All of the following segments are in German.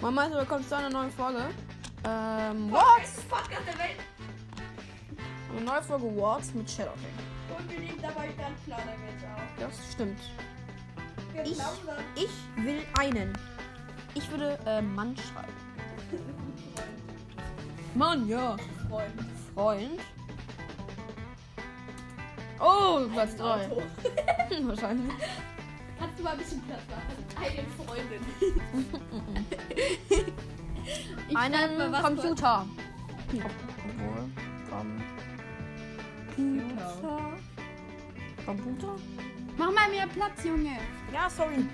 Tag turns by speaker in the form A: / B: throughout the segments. A: Moin Moin, willkommen zu einer neuen Folge. Ähm, Warts.
B: Podcast der Welt.
A: Eine neue Folge Warts mit Shadow King.
B: Und wir nehmen dabei ganz klar damit auf.
A: Das stimmt.
B: Wir
A: Ich-
B: glauben das.
A: Ich will einen. Ich würde äh, Mann schreiben. Mann, ja.
B: Freund.
A: Freund. Oh, Platz 3.
B: Auto.
A: Wahrscheinlich.
B: Kannst du mal ein bisschen Platz machen? Also Eine Freundin. Ich sag mal
A: Einen
B: was
A: Computer. Obwohl, Computer. Computer?
B: Mach mal mehr Platz, Junge.
A: Ja, sorry.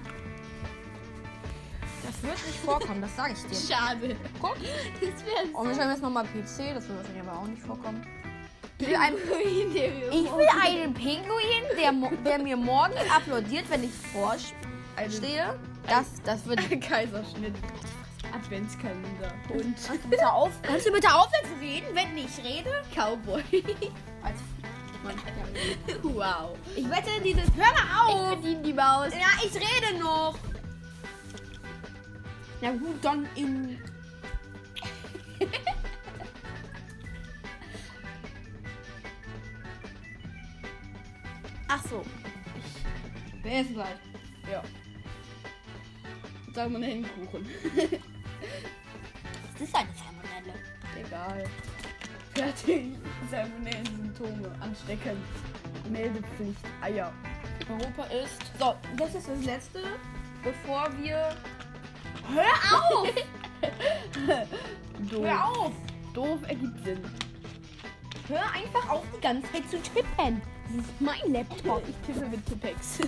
A: Das wird nicht vorkommen, das sage ich dir.
B: Schade.
A: Guck.
B: Das wäre
A: Und Oh, wir schreiben jetzt nochmal PC, das wird wahrscheinlich aber auch nicht vorkommen. Oh, Ich will, ein, ich
B: Ich
A: will einen Pinguin, der, mo- der mir morgen applaudiert, wenn ich vorstehe. Das, das wird.
B: Kaiserschnitt. Adventskalender. Und
A: Kannst du bitte auf, kannst du bitte aufhören zu reden, wenn ich rede?
B: Cowboy.
A: Also, Mann, ja.
B: Wow.
A: ich wette, dieses. Hör mal auf!
B: Bedienen die Maus.
A: Ja, ich rede noch. Na gut, dann in. Ach so.
B: Wer ist weit?
A: Ja.
B: Sag mal einen Kuchen.
A: Das ist eine Salmonelle.
B: Egal. Fertig. Salmonellen-Symptome. Ansteckend. Meldepflicht. Eier.
A: Europa ist. So, das ist das letzte, bevor wir.
B: Doof.
A: auf!
B: Doof ergibt Sinn.
A: Hör einfach auf, die ganze Zeit zu tippen. Das ist mein Laptop.
B: Ich tippe mit Tippex.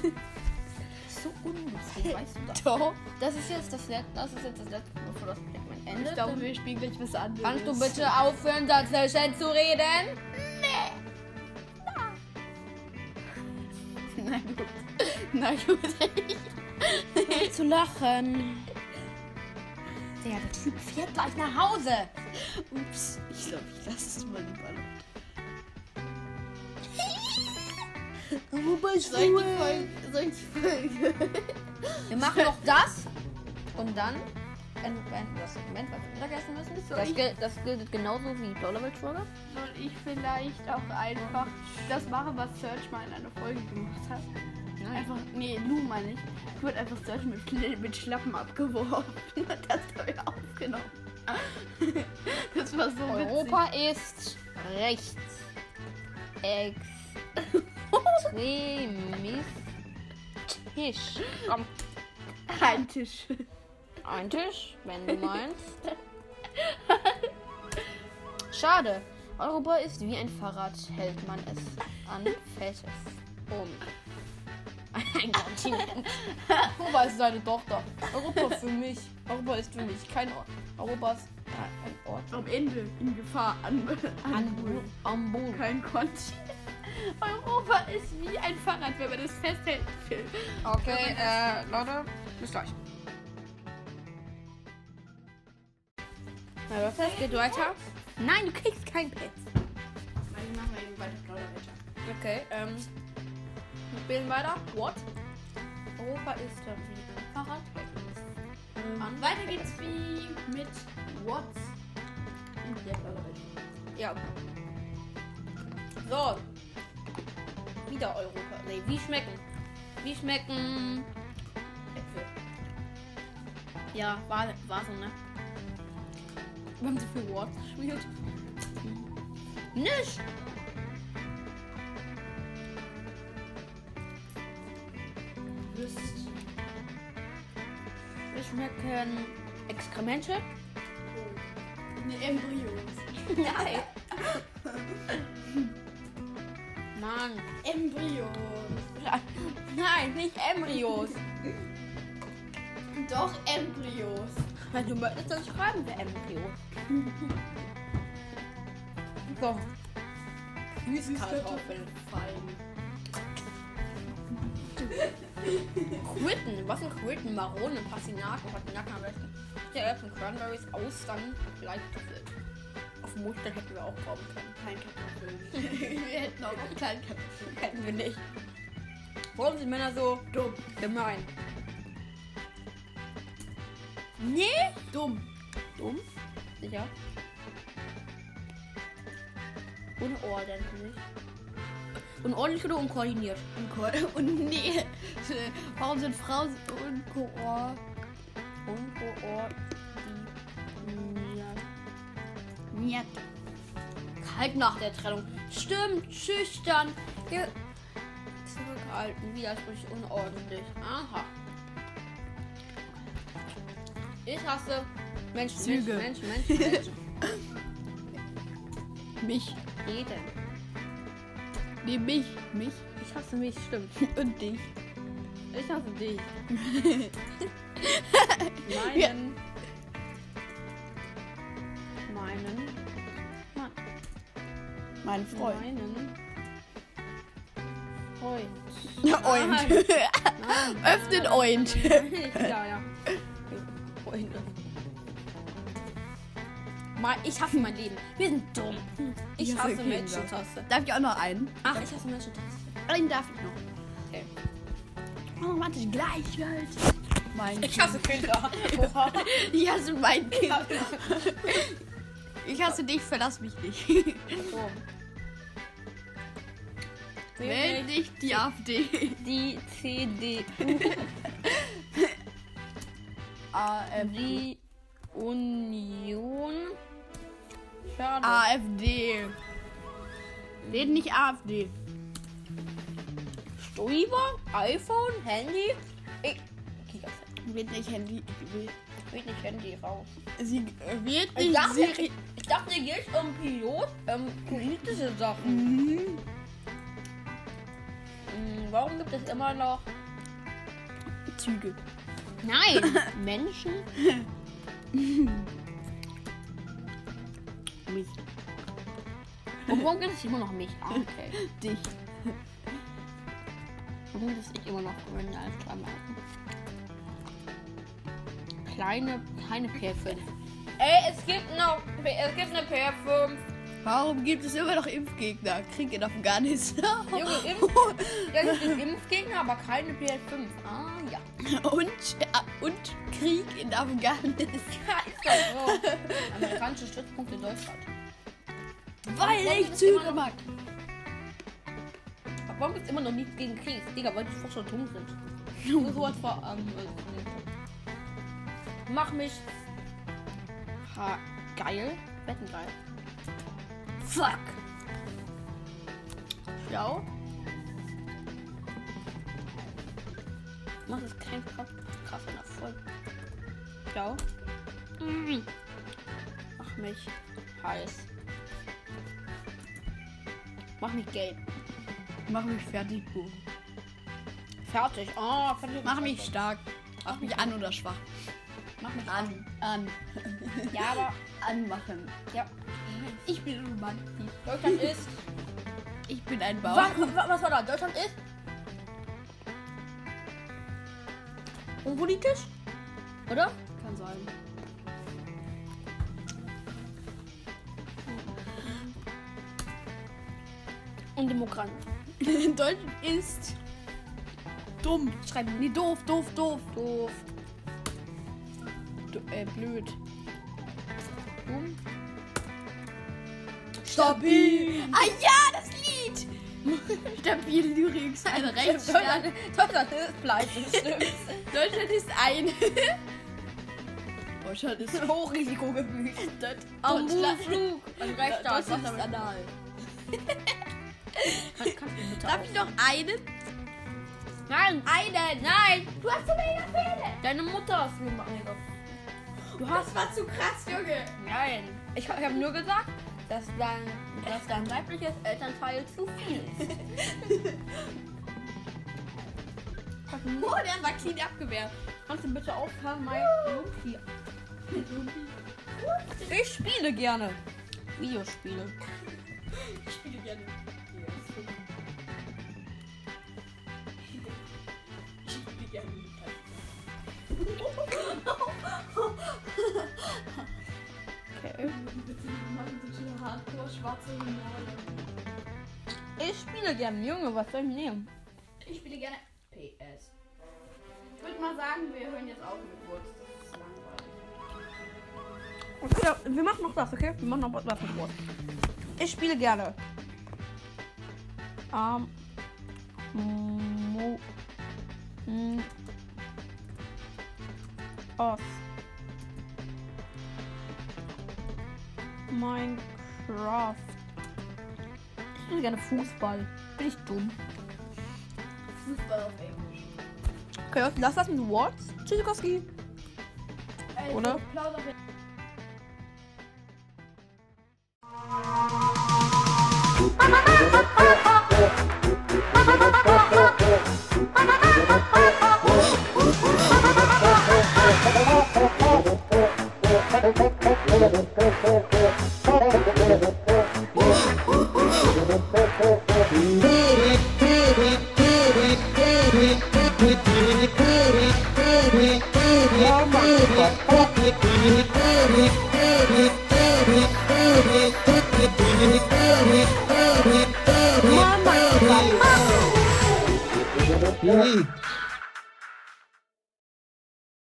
A: So ungünstig, weißt du das? Ne,
B: Doch.
A: Das ist jetzt das letzte, das ist jetzt das letzte, bevor das Segment endet.
B: Ich glaube, wir spielen gleich was anderes.
A: Kannst du bitte aufhören, dazwischen zu reden?
B: Na gut. Na gut.
A: Zu lachen. Der Typ fährt gleich nach Hause.
B: Ups. Ich glaube, ich lasse es mal lieber.
A: Europa ist
B: Soll ich die Folge? Soll ich die Folge?
A: Wir machen noch das und dann enden wir das Segment, was wir vergessen müssen.
B: Soll
A: Das
B: ich-
A: gilt, das gilt genauso wie Dollarwelt Folge.
B: Soll ich vielleicht auch einfach das machen, was Search mal in einer Folge gemacht hat? Einfach, nee, Lu meine ich. Ich wurde einfach Search mit, Schli- mit Schlappen abgeworfen. Das habe ich aufgenommen. Das war so
A: Europa ist rechts. Extremistisch. Komm,
B: witzig. Ein Tisch.
A: ein Tisch, wenn du meinst. Schade. Europa ist wie ein Fahrrad, hält man es an, fällt es um. Ein Kontinent. Europa ist seine Tochter. Europa für mich. Europa ist für mich kein Ort. Europa ist ein Ort.
B: Am Ende in Gefahr an, an,
A: An Bo- Am Boden.
B: Kein Kontinent. Europa ist wie ein Fahrrad, wenn man das festhalten will.
A: Okay, äh, Leute, bis gleich. Na, das heißt, geht weiter. Nein, du kriegst kein Pets.
B: Ich mache mal eben halt weiter Plauderwäsche.
A: Okay, ähm. Wir spielen weiter. What? Europa ist da wie ein Fahrrad. An-
B: Weiter geht's wie mit What's in der Plauderwäsche.
A: Ja. So. Wieder Europa. Nee, wie schmecken? Wie schmecken?
B: Äpfel.
A: Ja, war, war so, ne? Wir haben so viel Worte gespielt. Nicht!
B: Würst.
A: Wir schmecken Exkremente.
B: Eine Embryo.
A: Nein. Mann.
B: Embryo.
A: Nein, nicht Embryos.
B: Doch Embryos.
A: Wenn du möchtest, dann schreiben wir Embryos. So. Süßkartoffeln.
B: Fein.
A: Quitten. Was sind Quitten? Maronen, Pastinaken, Pastinaken am besten. Äpfel, Cranberries, Austern, Leitkartoffeln. Auf Mustern hätten wir auch kommen können.
B: Kleinkartoffeln. Wir hätten auch noch Kleinkartoffeln.
A: Hätten wir nicht. Warum sind Männer so
B: Dumm.
A: gemein? Nee? Dumm.
B: Dumm?
A: Sicher? Unordentlich. Unordentlich oder unkoordiniert?
B: Unkoll. Und nee.
A: Warum sind Frauen so unkoor... unkoordiniert?
B: Njet.
A: Kalt nach der Trennung. Stimmt, schüchtern. Ge zurückhalten, widersprüchlich, unordentlich. Aha. Ich hasse Menschen,
B: Züge.
A: Menschen, Menschen, Menschen, Menschen.
B: Mich.
A: Jeden.
B: Nee, mich. Mich.
A: Ich hasse mich, stimmt.
B: Und dich.
A: Ich hasse dich.
B: Ja.
A: meinen. Meinen.
B: Mein Freund.
A: Meinen. Freund.
B: Ja, Oint.
A: Nein.
B: Öffnen Oint.
A: ja, ja. Freunde. Mal, ich hasse mein Leben. Wir sind dumm. Ich
B: Wir
A: hasse
B: sind Kinder.
A: Menschentaste.
B: Darf ich auch noch einen?
A: Ach, ich hasse Menschentaste.
B: Einen darf ich noch.
A: Okay.
B: Oh, warte, gleich halt. Mein
A: Ich hasse Kinder. Oha.
B: Ich hasse mein Kind. Ich hasse dich, verlass mich nicht.
A: So.
B: Wähl nicht die AfD.
A: Die CDU.
B: AfD.
A: Die Union. Schade.
B: AfD. Wählt nicht AfD.
A: Streamer, iPhone, Handy. Ich. Kick auf.
B: Wählt nicht Handy.
A: Ich will nicht Handy raus.
B: Sie äh, wählt
A: Ich
B: nicht
A: dachte,
B: Siri.
A: ich, dachte, hier geht um Pilot, ähm, politische Sachen.
B: Mhm.
A: Hm, Warum gibt es immer noch.
B: Züge.
A: Nein! Menschen?
B: Mich.
A: Und warum gibt es immer noch mich? Ah, okay.
B: Dich.
A: Warum gibt es ich immer noch Gründe als Klammern? Kleine, kleine PR5. Ey, es gibt noch. Es gibt eine PR5.
B: Warum gibt es immer noch Impfgegner? Krieg in Afghanistan.
A: Junge, Impf ja, das ist Impfgegner, aber keine PS5. Ah, ja.
B: Und, äh, und Krieg in Afghanistan.
A: Ja, ist doch so. Amerikanische Stützpunkte in Deutschland.
B: Weil ich Züge mag.
A: Aber warum gibt es immer noch nichts gegen Krieg? Digga, weil die Forscher dumm sind. Das Wort vor, ähm, äh, Mach mich ha geil. Wettengeil.
B: Fuck. Schau.
A: Mach das kein krass, krasser Erfolg. Ciao. Mach mich heiß. Mach mich gelb.
B: Mach mich fertig, Bo.
A: Fertig. Oh, fertig.
B: Mach mich stark. Mach mich an oder schwach.
A: Mach mich an.
B: An. An.
A: Ja, aber.
B: Anmachen.
A: Ja.
B: Ich bin ein Mann.
A: Deutschland ist.
B: Ich bin ein Baum.
A: Was, wa- was war da? Deutschland ist. Unpolitisch? Oder?
B: Kann sein.
A: Und Demokraten.
B: Deutsch ist dumm.
A: Schreiben.
B: Nee, doof, doof, doof.
A: Doof.
B: Du, äh, blöd.
A: Dumm.
B: Ah ja, das Lied. Stabil Lyrics. Ein Rechtsstaat.
A: Deutschland, Deutschland ist pleite. das stimmt.
B: Deutschland ist ein. Deutschland ist
A: Hochrisikogebiet.
B: Deutschland.
A: Am
B: Deutschland
A: Flug. Ein Rechtsstaat.
B: Deutschland ist
A: Kann-
B: anal.
A: Kannst du bitte
B: Darf ich noch einen?
A: auf- Nein. Einen. Nein. Du hast zu mega viele. Deine Mutter ist mir Du hast
B: war zu krass, Junge.
A: Nein. Ich, hab- ich habe nur gesagt, dass dein, dass dein weibliches Elternteil zu viel ist.
B: Oh, der war clean abgewehrt.
A: Kannst du bitte aufhören, mein Lumpi? Ich spiele gerne. Videospiele.
B: Ich spiele gerne. Ich spiele gerne.
A: Okay. Ich spiele gerne. Junge, was soll ich nehmen?
B: Ich spiele gerne PS. Ich würde mal sagen, wir hören jetzt auf mit Wurst. Das ist langweilig.
A: Okay, wir machen noch das, okay? Wir machen noch was mit Sport. Ich spiele gerne. Ähm. Mo. hm, m- Aus. Minecraft. Ich spiele gerne Fußball. Bin ich dumm?
B: Fußball auf Englisch.
A: Okay, Leute, lass das mit Worts. Tschüssikowski.
B: Äh,
A: Oder?
C: Mama.